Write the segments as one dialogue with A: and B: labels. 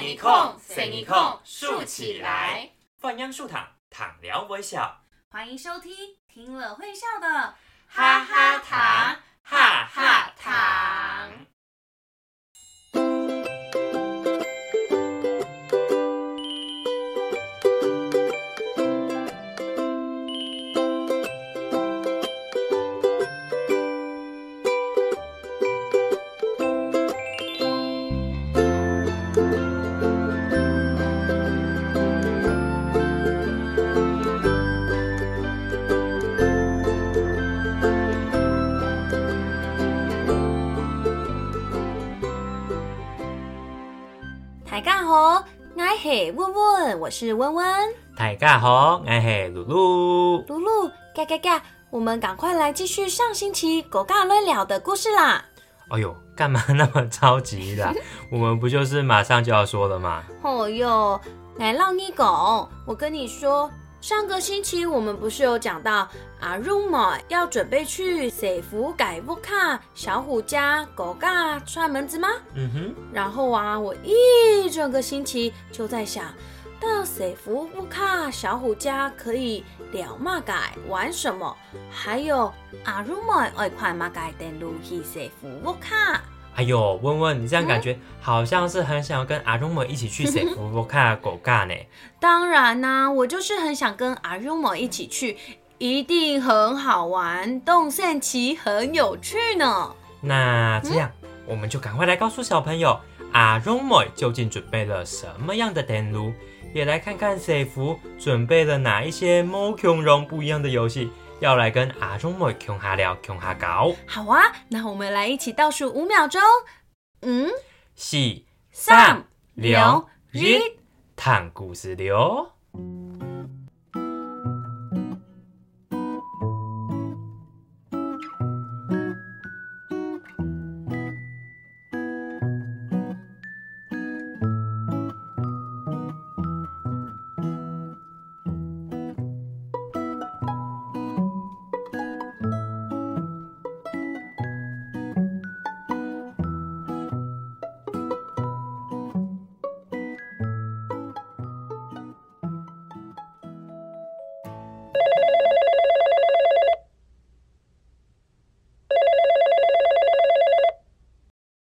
A: 你控，谁你控，竖起来！
B: 放秧树躺，躺聊微笑，
C: 欢迎收听，听了会笑的
A: 哈哈糖，哈哈糖。
B: 糖。
C: 抬杠吼，爱嘿问问，我是温温
B: 大家好，我是露露。
C: 露露，嘎嘎嘎，我们赶快来继续上星期狗尬乱聊的故事啦！
B: 哎呦，干嘛那么着 急啦？我们不就是马上就要说了吗？
C: 哦哟，奶酪你狗，我跟你说，上个星期我们不是有讲到阿入玛要准备去水福改布卡小虎家狗尬串门子吗？
B: 嗯哼，
C: 然后啊，我一整个星期就在想，到水服务卡小虎家可以聊嘛改玩什么，还有啊阿鲁莫爱看嘛改登录去水服务卡。
B: 哎呦，温温，你这样感觉好像是很想要跟阿荣们一 起去谁福福看狗干呢？
C: 当然啦、我就是很想跟阿鲁莫一起去，一定很好玩，动线棋很有趣呢。
B: 那这样，我们就赶快来告诉小朋友，阿荣们究竟准备了什么样的电炉，也来看看谁福准备了哪一些猫熊龙不一样的游戏，要来跟阿荣们穷哈聊穷哈搞。
C: 好啊，那我们来一起倒数五秒钟，嗯，
B: 四、
C: 三、
B: 六、
C: 六
B: 日
C: 日，
B: 探故事流。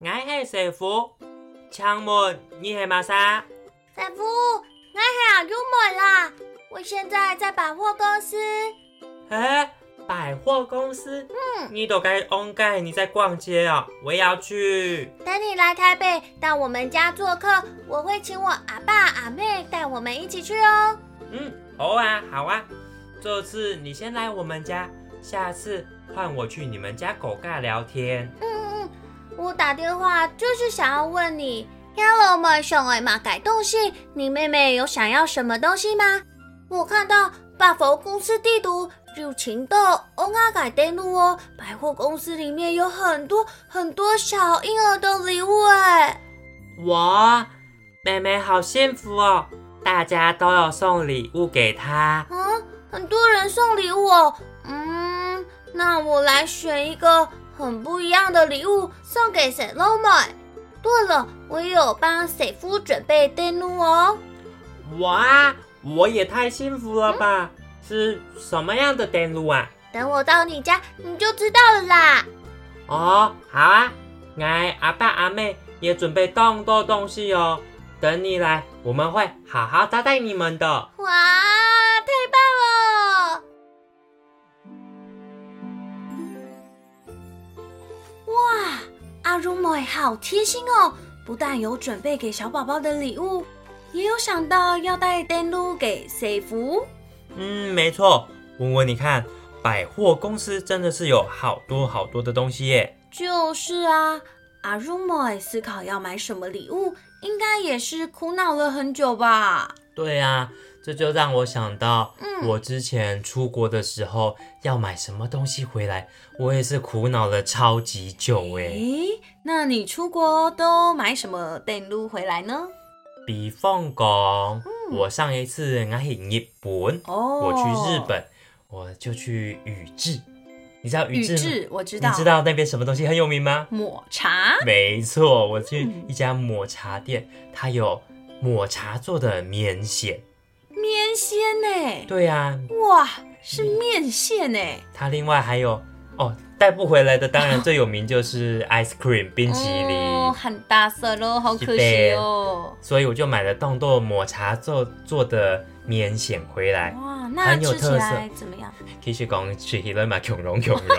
B: 我系师傅，请问你系嘛啥？
D: 大夫，我是阿鲁莫啦，我现在在百货公司。
B: 哎，百货公司？嗯，你都该 on 盖你在逛街哦，我也要去。
D: 等你来台北到我们家做客，我会请我阿爸阿妹带我们一起去哦。
B: 嗯，好啊，好啊。这次你先来我们家，下次换我去你们家狗尬聊天。
D: 嗯嗯，我打电话就是想要问你，Hello，我想要嘛改东西，你妹妹有想要什么东西吗？我看到百佛公司地图入情豆欧阿改登录哦，百货公司里面有很多很多小婴儿的礼物哎。
B: 哇，妹妹好幸福哦，大家都有送礼物给她。
D: 嗯，很多人送礼物哦。嗯，那我来选一个很不一样的礼物送给谁 l o m a 对了，我也有帮谁夫准备登录哦。
B: 哇，我也太幸福了吧！是什么样的电路啊？
D: 等我到你家，你就知道了啦。
B: 哦，好啊，俺阿爸阿妹也准备动多东西哦，等你来，我们会好好招待你们的。
D: 哇，太棒了！
C: 哇，阿如妹好贴心哦！不但有准备给小宝宝的礼物，也有想到要带灯笼给谁福。
B: 嗯，没错，文文，你看，百货公司真的是有好多好多的东西耶。
C: 就是啊，阿如妹思考要买什么礼物，应该也是苦恼了很久吧？
B: 对啊，这就让我想到，
D: 嗯
B: 我之前出国的时候要买什么东西回来，我也是苦恼了超级久哎。
C: 诶，那你出国都买什么灯笼回来呢？
B: 比方讲，我上一次我去日本，
C: 哦，
B: 我去日，本，我就去宇治。你知道宇
C: 宇
B: 治吗？
C: 治我知
B: 你
C: 道，
B: 知道那边什么东西很有名吗？
C: 抹茶
B: 没错，我去
C: 嗯
B: 一家抹茶店，它有抹茶做的面线。
C: 面线呢？
B: 对呀、
C: 哇，是面线呢！
B: 它另外还有哦，带不回来的当然最有名就是 ice cream 冰淇淋，
C: 哦，很大色咯，好可惜哦。
B: 所以我就买了冻豆抹茶做做的面线回来。
C: 哇，
B: 很
C: 那
B: 有
C: 吃起
B: 特色
C: 来怎么样？
B: 其实讲去起了嘛，穷融穷融。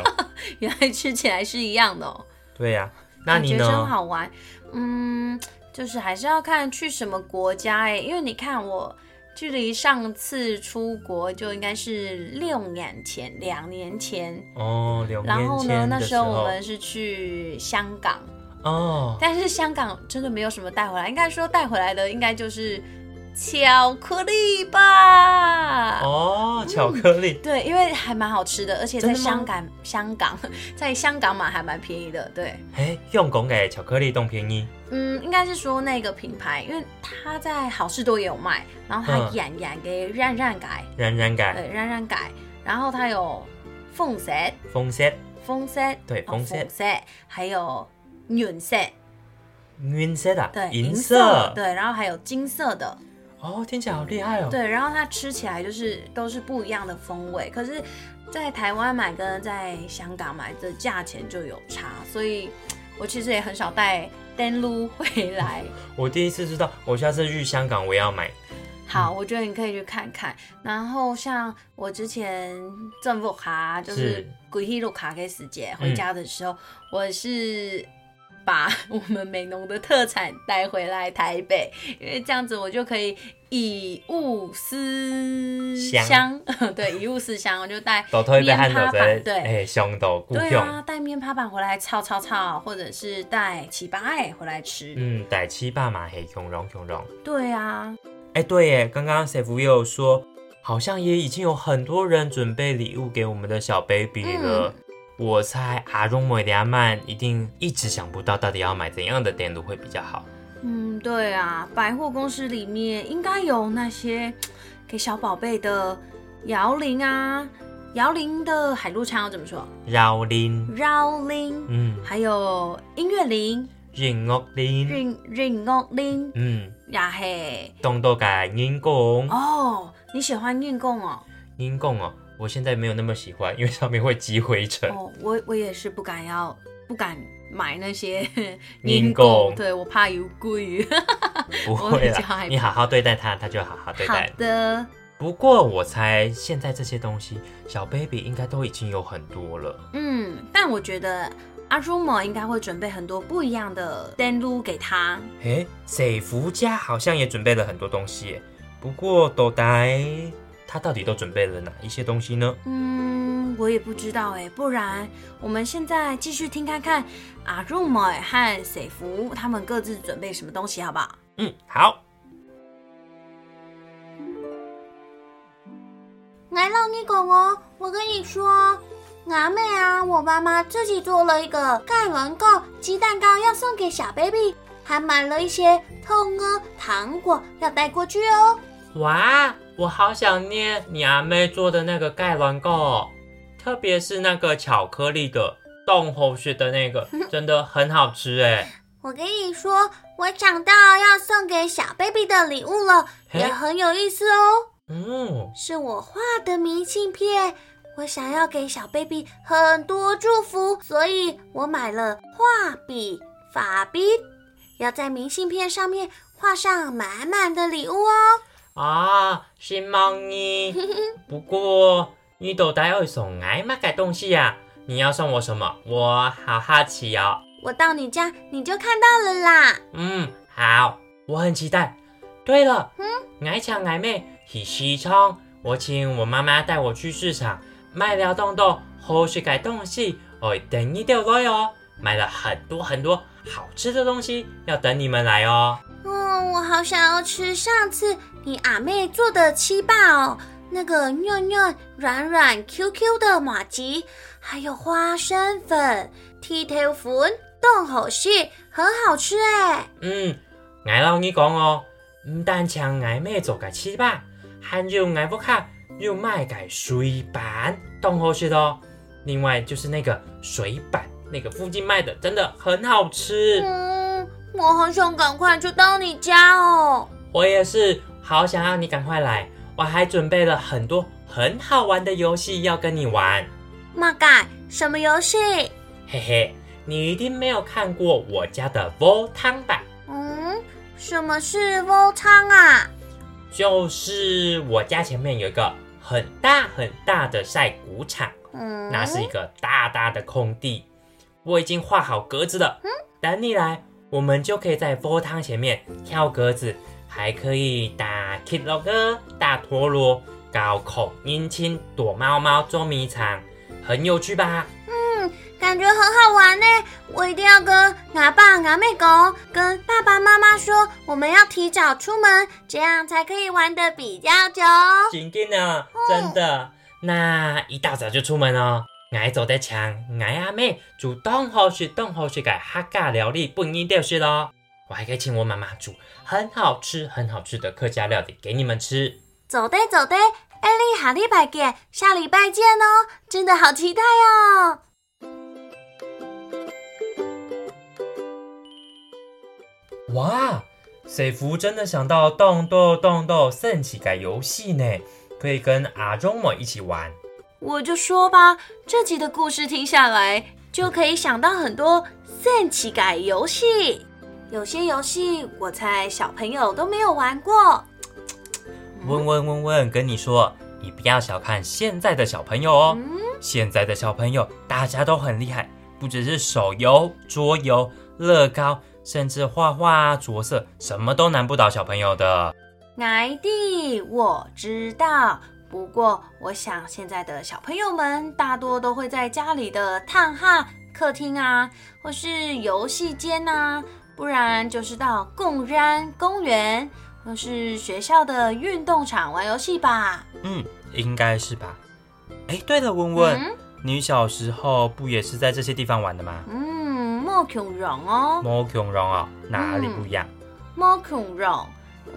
C: 原来吃起来是一样的哦。
B: 对呀、那你
C: 感觉真
B: 呢？
C: 好玩。嗯，就是还是要看去什么国家哎、因为你看我距离上次出国就应该是六年前，两年前。
B: 哦，两
C: 然
B: 年
C: 后呢，
B: 前
C: 那
B: 的
C: 时
B: 时
C: 候
B: 候，
C: 我们是去香港，
B: 哦，
C: 但是香港真的没有什么带回来，应该说带回来的应该就是巧克力吧。
B: 哦，巧克力，
C: 对，因为还蛮好吃的，而且在
B: 真的吗
C: 香港，香港 在香港买还蛮便宜的。对，
B: 哎、用拱给巧克力冻便宜
C: 嗯，应该是说那个品牌，因为它在好事多也有卖，然后它
B: 嗯
C: 冉冉给冉冉改，
B: 冉冉改
C: 对，冉冉改，然后它有凤舌、
B: 风扇
C: 风舌，
B: 对
C: 哦
B: 凤舌
C: 舌，还有软舌，
B: 晕色啊，
C: 对，
B: 银
C: 色，对，然后还有金色的，
B: 哦，听起来好厉害哦。
C: 对，然后它吃起来就是都是不一样的风味，可是，在台湾买跟在香港买的价钱就有差，所以我其实也很少带丹露回来。
B: 我第一次知道，我下次去香港我也要买。
C: 好，
B: 嗯
C: 我觉得你可以去看看。然后像我之前政府卡就是
B: 是
C: 鬼黑路卡给死姐回家的时候，我是把我们美浓的特产带回来台北， 因为这样子我就可以以物思
B: 乡
C: 乡， 对，以物思乡，我就 带
B: 抖推被汗抖
C: 棉花
B: 在
C: 板，对
B: 哎，胸斗故
C: 对
B: 用，
C: 啊，带面趴板回来炒炒炒，或者是带起巴艾回来吃。
B: 嗯，逮七爸嘛，嘿，熊荣熊荣。
C: 对啊，
B: 哎，对耶，刚刚 s e f 也有说，好像也已经有很多人准备礼物给我们的小 baby
C: 嗯
B: 了。我猜阿荣莫亚曼一定一直想不到到底要买怎样的电炉会比较好。
C: 嗯，对啊，百货公司里面应该有那些给小宝贝的摇铃啊，摇铃的海陆腔要怎么说？
B: 绕铃，
C: 绕铃，
B: 嗯，
C: 还有音乐铃、
B: 音乐铃，
C: ring ring 哦铃，
B: 嗯，
C: 呀嘿，
B: 动作改音供，
C: 哦，你喜欢运动哦？
B: 音供哦，我现在没有那么喜欢，因为上面会积灰尘。
C: 哦，我我也是不敢要，不敢买那些
B: 音
C: 供
B: 供
C: 对我怕有鬼。
B: 不
C: 我
B: 会
C: 比较
B: 啦，
C: 害怕
B: 你好好对待它，它就好好对
C: 好
B: 待。
C: 的，
B: 不过我猜现在这些东西，小 baby 应该都已经有很多了。
C: 嗯，但我觉得阿朱某应该会准备很多不一样的灯笼给他。
B: 诶，水福家好像也准备了很多东西耶。不过豆呆他到底都准备了哪一些东西呢？
C: 嗯，我也不知道哎，不然我们现在继续听看看阿朱某和水福他们各自准备什么东西，好不好？
B: 嗯，好，
D: 来让你狗哦，我跟你说，俺妹啊，我妈妈自己做了一个盖伦糕鸡蛋糕，要送给小 baby，还买了一些透啊糖果要带过去哦。
B: 哇，我好想念你阿妹做的那个盖卵糕，哦特别是那个巧克力的冻红雪的那个，真的很好吃哎。
D: 我跟你说，我想到要送给小 baby 的礼物了，
B: 嘿
D: 也很有意思哦。
B: 嗯，
D: 是我画的明信片。我想要给小 baby 很多祝福，所以我买了画笔、法笔，要在明信片上面画上满满的礼物哦。
B: 啊，是梦呢。不过你都带二送来嘛个东西呀、你要送我什么？我好好奇哦。
D: 我到你家你就看到了啦。
B: 嗯，好，我很期待。对了，嗯，矮抢矮妹去西冲，我请我妈妈带我去市场卖了洞洞，后续改东西，哦，等你掉来哦。买了很多很多好吃的东西，要等你们来哦。
D: 嗯，我好想要吃上次你阿妹做的七霸哦，那个糯糯软软 Q Q 的马吉，还有花生粉、剃头粉、冻好蟹，很好吃哎。
B: 嗯，挨老你讲哦，唔单像挨咩做嘅翅膀，还有挨不卡又卖嘅水板冻好吃的哦。另外就是那个水板，那个附近卖的真的很好吃。
D: 嗯嗯，我好想赶快就到你家哦。
B: 我也是好想要你赶快来，我还准备了很多很好玩的游戏要跟你玩。
D: 马改什么游戏？
B: 嘿嘿，你一定没有看过我家的 VO 汤吧？
D: 嗯，什么是 v 汤啊？
B: 就是我家前面有一个很大很大的晒谷场，
D: 嗯，
B: 那是一个大大的空地，我已经画好格子了。等你来，我们就可以在波汤前面跳格子，还可以打 Kid 哥、大陀螺、搞孔阴青、躲猫猫、捉迷藏，很有趣吧？
D: 感觉很好玩呢。我一定要跟俺爸、俺妹狗跟爸爸妈妈说，我们要提早出门，这样才可以玩的比较久。
B: 紧紧呢，真的。那一大早就出门哦。挨走得强，挨阿妹煮东好吃，东好吃改哈嘎料理不一定是咯。我还可以请我妈妈煮很好吃、很好吃的客家料理给你们吃。
D: 走的走的，艾丽哈利拜见，下礼拜见哦，真的好期待哦。
B: 哇，水福真的想到动豆动豆圣乞丐游戏呢，可以跟阿忠们一起玩。
C: 我就说吧，这集的故事听下来，就可以想到很多圣乞丐游戏。有些游戏我猜小朋友都没有玩过。嗯
B: 问问问问，跟你说，你不要小看现在的小朋友哦。
C: 嗯
B: 现在的小朋友大家都很厉害，不只是手游、桌游、乐高，甚至画画、着色，什么都难不倒小朋友的。
C: 奶弟，我知道。不过，我想现在的小朋友们大多都会在家里的探哈客厅啊，或是游戏间啊，不然就是到共山公园，或是学校的运动场玩游戏吧。
B: 嗯，应该是吧。哎，对了，文文，
C: 嗯
B: 你小时候不也是在这些地方玩的吗？
C: 嗯，莫琼荣哦，
B: 猫熊绒哦，哪里不一样？
C: 莫琼荣。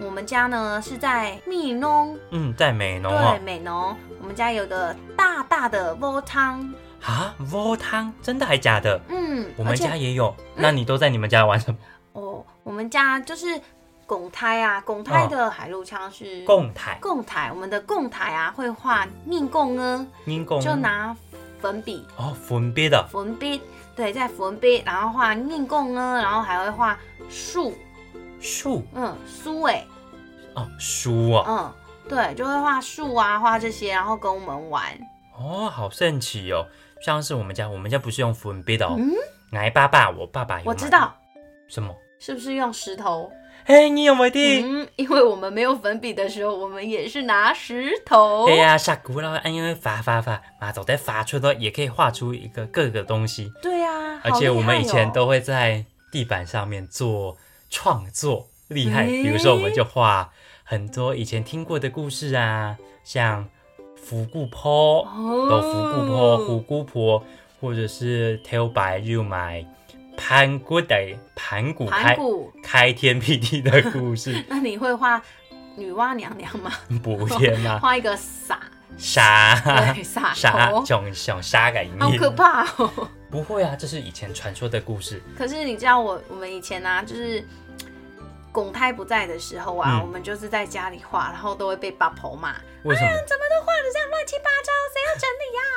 C: 我们家呢是在密农，
B: 嗯，在美浓
C: 对
B: 哦。
C: 美农，我们家有个大大的窝汤，
B: 啊，窝汤真的还假的？
C: 嗯，
B: 我们
C: 而且嗯
B: 家也有。那你都在你们家玩什么？
C: 哦，我们家就是拱胎啊，拱胎
B: 嗯
C: 的海陆枪是
B: 贡台、
C: 拱台，我们的拱台啊会画命供呢，
B: 英贡
C: 就拿粉笔、
B: 哦，分别的
C: 粉笔，对，在粉笔，然后画命供呢，然后还会画树，
B: 树
C: 嗯，苏尾，
B: 哦，书哦。
C: 嗯，对，就会画树啊，画这些，然后跟我们玩。
B: 哦，好神奇哦！像是我们家，我们家不是用粉笔的哦。
C: 嗯，
B: 来，爸爸，我爸爸有买
C: 我知道，
B: 什么？
C: 是不是用石头？
B: 嘿，你有没有听？
C: 嗯，因为我们没有粉笔的时候，我们也是拿石头。
B: 哎呀，傻姑了，哎呀，发发发，马总在发出的也可以画出一个各个东西，
C: 对呀、
B: 而
C: 好厉
B: 且我们
C: 害
B: 以前
C: 哦
B: 都会在地板上面做创作，厉害。
C: 诶
B: 比如说，我们就画很多以前听过的故事啊，像福固坡、
C: 哦
B: 有福姑婆、虎姑婆，或者是 tail 白又买盘古的盘古
C: 盘
B: 开
C: 古，
B: 开天辟地的故
C: ，
B: 事
C: 那你会画女娲娘娘吗？
B: 补天嘛，
C: 画一个傻，
B: 杀
C: 对，傻
B: 杀
C: 头，
B: 囧囧杀个赢
C: 好哦可怕哦！
B: 不会啊，这是以前传说的故事，
C: 可是你知道我我们以前啊，就是拱胎不在的时候啊，
B: 嗯
C: 我们就是在家里画，然后都会被爸婆骂，
B: 为什么？
C: 画的这样乱七八糟，谁要整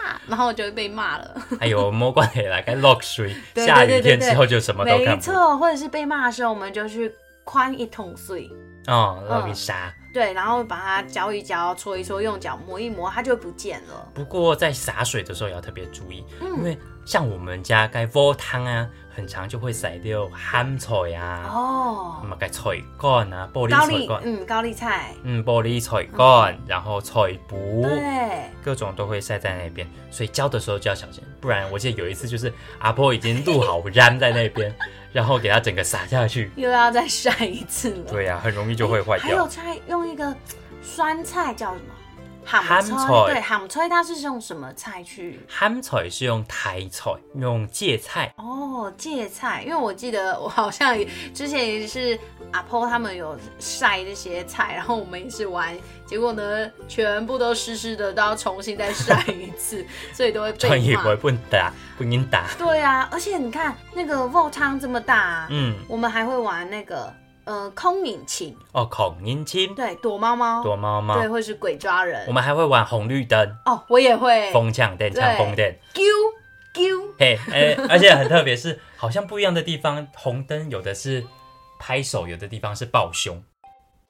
C: 理呀、 然后我就会被骂了。
B: 哎呦，摸过来了，该落水，
C: 对
B: 下
C: 对
B: 雨
C: 对
B: 天
C: 对
B: 之后就什么都
C: 没
B: 看不到，
C: 错，或者是被骂的时候，我们就去宽一桶水。嗯
B: 哦，落给杀。
C: 对，然后把它搅一搅、搓一搓，用脚磨一磨，它就不见了。
B: 不过在洒水的时候也要特别注意，因
C: 嗯，
B: 为像我们家该煲汤啊，很常就会洒掉憨菜呀、啊，
C: 哦，
B: 嘛该菜干啊，玻璃
C: 高
B: 菜
C: 丽，
B: 干，
C: 嗯，高丽菜，
B: 嗯，玻璃菜干，然后菜脯，
C: 对，
B: 各种都会晒在那边，所以浇的时候就要小心，不然我记得有一次就是阿婆已经录好染在那边，然后给它整个洒下去，
C: 又要再 晒一次了。
B: 对呀、很容易就会坏
C: 还有
B: 掉。
C: 菜用一个酸菜叫什么？喊
B: 喊
C: 菜
B: 菜
C: 对，喊菜它是用什么菜去？
B: 憨菜是用台菜，用芥菜，
C: 哦，芥菜，因为我记得我好像也
B: 嗯
C: 之前也是阿婆他们有晒这些菜，然后我们也是玩，结果呢全部都湿湿的，都要重新 再晒一次，所以都会
B: 专
C: 被
B: 以
C: 骂。
B: 为不打，不应打。
C: 对啊，而且你看那个肉汤这么大、啊，
B: 嗯，
C: 我们还会玩那个呃空引擎，
B: 哦，孔音清，
C: 对，躲猫猫，
B: 躲猫猫，
C: 对，或是鬼抓人
B: 我。们还会玩红绿灯、
C: 哦，我也会。
B: 风枪电、
C: 对
B: 枪风电。
C: 啾啾，
B: 嘿，哎、而且很特别是，好像不一样的地方，红灯有的是拍手，有的地方是抱胸。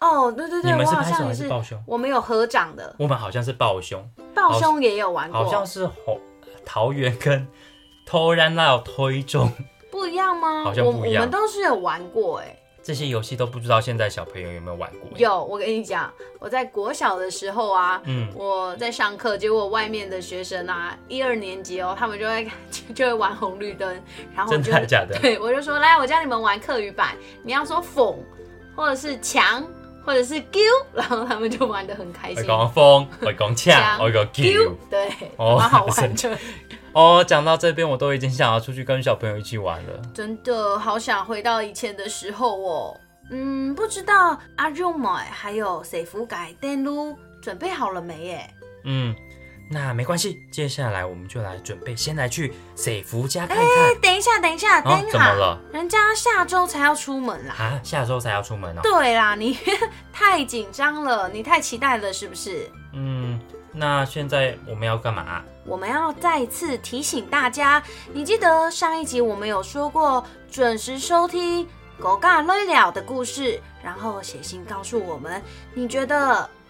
C: 哦，对对对，
B: 你们
C: 我
B: 是
C: 好
B: 拍手
C: 像也
B: 还是抱胸？
C: 我们有合掌的，
B: 我们好像是抱胸，
C: 抱胸也有玩过，
B: 好像是红桃园跟偷然那有推中
C: 不一样吗？
B: 好像不一样
C: 我我们都是有玩过哎、
B: 这些游戏都不知道现在小朋友有没有玩过。，
C: 有，我跟你讲，我在国小的时候啊，
B: 嗯，
C: 我在上课，结果外面的学生啊，一二年级哦，他们就会 就就会玩红绿灯，然后我
B: 真
C: 就
B: 的假的？
C: 对我就说来，我教你们玩课语版，你要说讽，或者是强，或者是 Q，然后他们就玩的很 开
B: 会
C: 心。
B: 讲风，会讲呛，
C: 呛
B: 会讲
C: Q
B: Q。
C: 对，
B: 哦
C: 蛮好玩的，
B: 哦，讲到这边，我都已经想要出去跟小朋友一起玩了。
C: 真的好想回到以前的时候哦。嗯，不知道阿肉买还有谁福改电路准备好了没？耶？
B: 嗯，那没关系，接下来我们就来准备，先来去水福家看看、
C: 等一下，等一下，等
B: 啊
C: 一下，
B: 怎么了？
C: 人家下周才要出门啦。
B: 啊，下周才要出门哦。
C: 对啦，你 太紧张了，你太期待了，是不是？
B: 嗯，那现在我们要干嘛、啊
C: 我们要再次提醒大家，你记得上一集我们有说过，准时收听《狗嘎累了》的故事，然后写信告诉我们，你觉得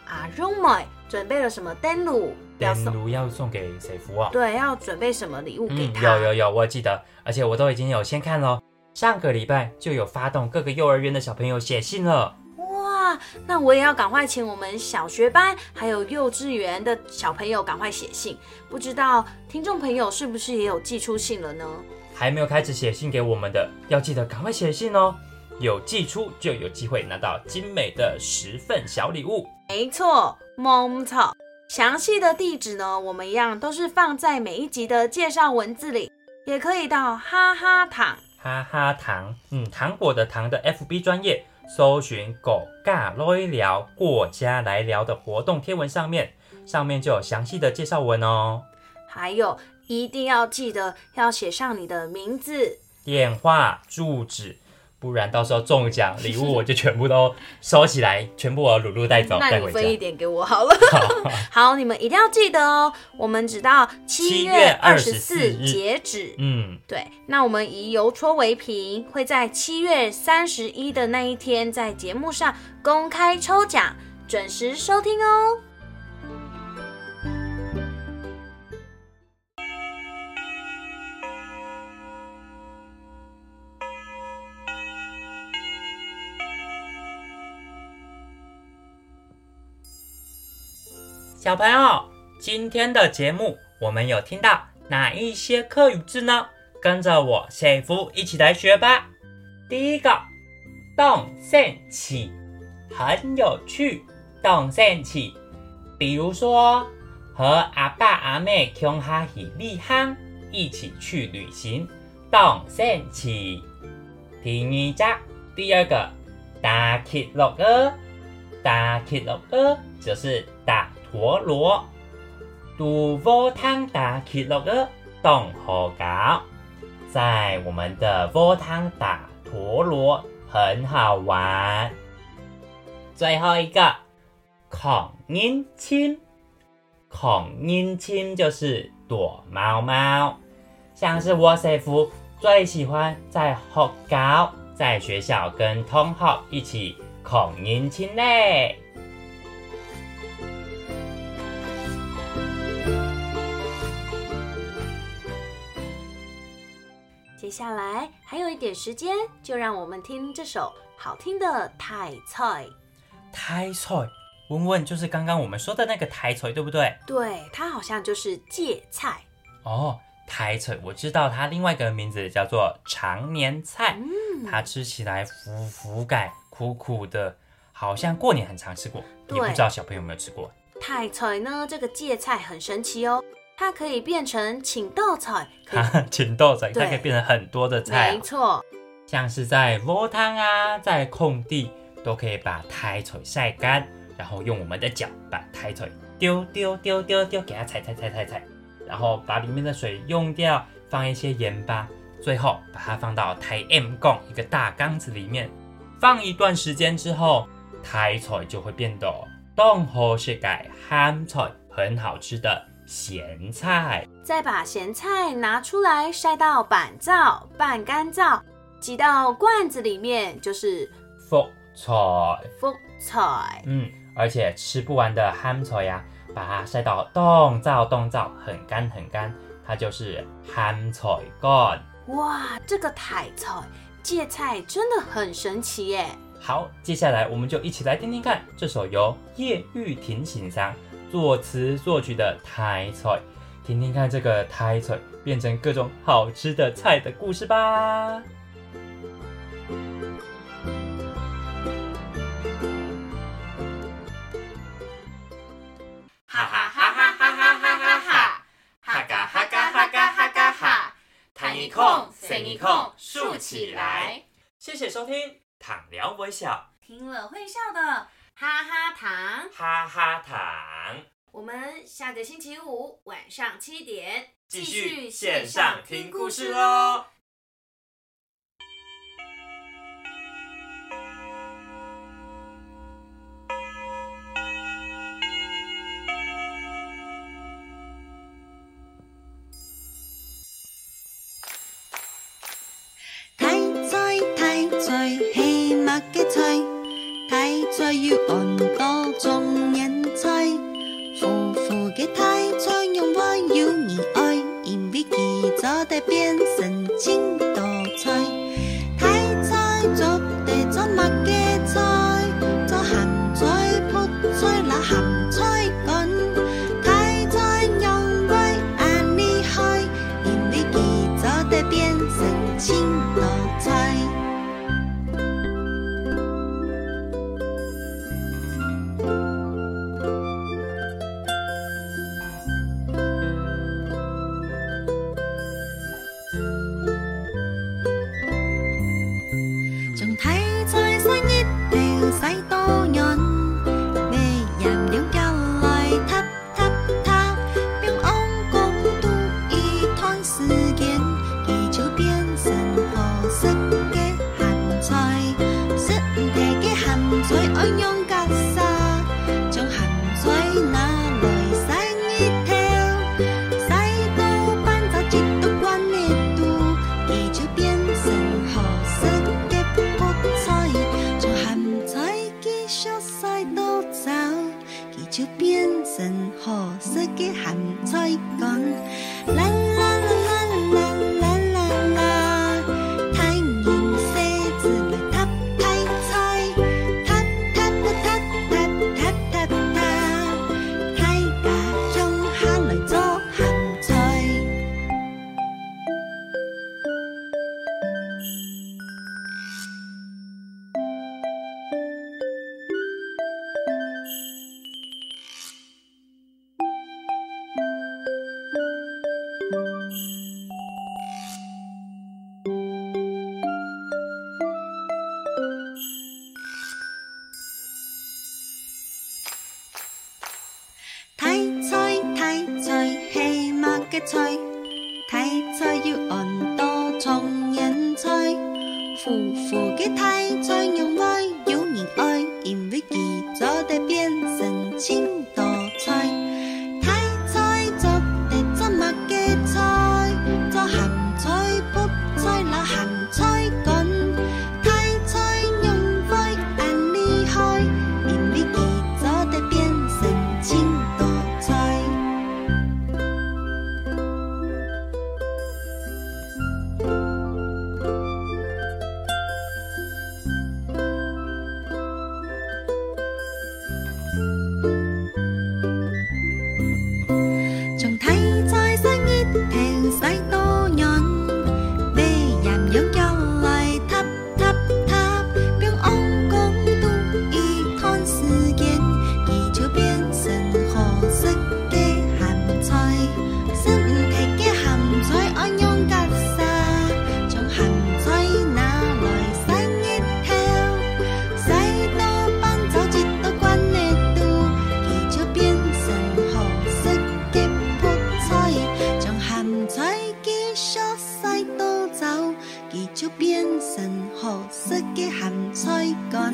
C: 啊 r o m e 准备了什么灯笼要
B: 电
C: 送？
B: 炉要送给水福哦。
C: 对，要准备什么礼物给
B: 嗯，
C: 他？
B: 有有有，我记得，而且我都已经有先看了。上个礼拜就有发动各个幼儿园的小朋友写信了。
C: 哇，那我也要赶快请我们小学班还有幼稚园的小朋友赶快写信。不知道听众朋友是不是也有寄出信了呢？
B: 还没有开始写信给我们的，要记得赶快写信哦。有寄出就有机会拿到精美的十份小礼物。
C: 没错，蒙草。详细的地址呢，我们一样都是放在每一集的介绍文字里，也可以到哈哈糖。
B: 哈哈糖，嗯，糖果的糖的 FB 专业，搜寻“狗尬聊一聊过家来聊”的活动贴文上面，上面就有详细的介绍文哦。
C: 还有，一定要记得要写上你的名字。
B: 电话、住址，不然到时候中奖礼物我就全部都收起来，全部我鲁鲁带走
C: 那
B: 带
C: 你
B: 回
C: 分一
B: 家。
C: 点给我 好了。好，你们一定要记得哦，我们直到七月二十四
B: 日
C: 截止。
B: 嗯，
C: 对，那我们以邮戳为凭，会在七月三十一的那一天在节目上公开抽奖，准时收听哦。
B: 小朋友，今天的节目我们有听到哪一些课语字呢？跟着我水夫一起来学吧。第一个，动线起，很有趣。动线起，比如说和阿爸阿妹穷哈喜利憨一起去旅行，动线起。第二家，第二个，打起落个，打起落个就是打陀螺。杜波汤打起落个，动好搞。在我们的波汤打陀螺很好玩。最后一个，孔阴亲，孔阴亲就是躲猫猫，像是我师傅最喜欢在学校，在学校跟同学一起孔阴亲嘞。
C: 接下来还有一点时间，就让我们听这首好听的泰菜。
B: 台菜，文文就是刚刚我们说的那个台菜，对不对？
C: 对，它好像就是芥菜。
B: 哦，台菜，我知道它另外一个名字叫做常年菜，
C: 嗯
A: 嗯
B: 它吃起来腐腐感苦苦的，好像过年很常吃过，
C: 对
B: 也不知道小朋友有没有吃过。
C: 泰菜呢，这个芥菜很神奇哦，它可以变成请豆菜，可
B: 哈
C: 以
B: 哈，青豆菜它
C: 对
B: 可以变成很多的菜、
C: 没
B: 啊，
C: 错，
B: 像是在窝汤啊，在空地都可以把台菜晒干，然后用我们的脚把台菜丢丢丢丢丢，给它踩踩踩踩踩，然后把里面的水用掉，放一些盐巴，最后把它放到台 M 供一个大缸子里面，放一段时间之后，台菜就会变得冻后是改憨菜，很好吃的咸菜。
C: 再把咸菜拿出来晒到板燥、半干燥，挤到罐子里面，就是
B: 福菜，
C: 福菜。
B: 嗯，而且吃不完的憨菜呀、把它晒到冻燥冻燥，很干很干，它就是憨菜干。
C: 哇，这个台菜芥菜真的很神奇耶！
B: 好，接下来我们就一起来听听看这首由叶玉婷欣赏作词作曲的《台菜》，听听看这个台菜变成各种好吃的菜的故事吧。
A: 哈哈哈哈哈哈哈哈哈，哈嘎哈嘎哈嘎哈嘎哈，弹一空，伸一空，竖起来。
B: 谢谢收听，躺聊微笑，
C: 听了会笑的哈哈糖，
B: 哈哈糖，
C: 我们下个星期五晚上七点
B: 继续线上听故事
A: 哦
B: 哦喽。
E: 太在太在戲默嘅菜，太在要按多種人菜，夫婦嘅太在用話要你愛，因為佢做得變神經多菜，太在做地做默嘅菜，做鹹菜、潑菜、辣鹹菜乾，太在用愛安你開。因为你走得变成青岛菜。仲睇在生一定使多人，咩人了入來嗒嗒嗒。用昂公度一段时间，你就变成好食嘅咸菜，食唔起嘅咸菜爱用夹沙，将咸菜拿来洗一条，洗到半扎至到关呢度，你就变成好食嘅菠菜，将咸菜继续洗到走。佢就变成褐色嘅咸菜干。啦啦啦啦啦啦啦，太阳射住嚟塔太菜，塔塔塔塔塔塔塔塔，太假用下来做咸菜。睇菜睇菜戲默嘅菜，睇菜要按多重人菜，夫婦嘅睇菜用愛有人愛，因為佢做得變成千多菜。睇菜做得真默嘅菜，做鹹菜、卜菜、辣鹹菜乾。睇菜用愛很厲害，因為佢做得變成千多菜。变成何色嘅鹹菜乾。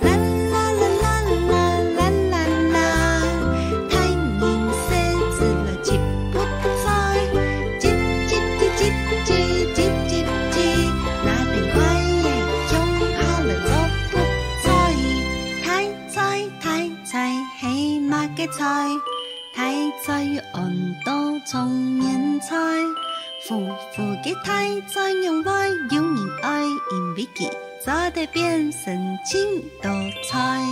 E: 啦啦啦啦啦啦啦啦，太阳升起了吉普赛，吉吉吉吉吉吉吉吉，那片快野種下了做卜菜，睇菜睇菜起碼嘅菜，睇菜要按到重人菜。夫妇嘅太在用爱，用人爱，因为佢早得变成青豆菜。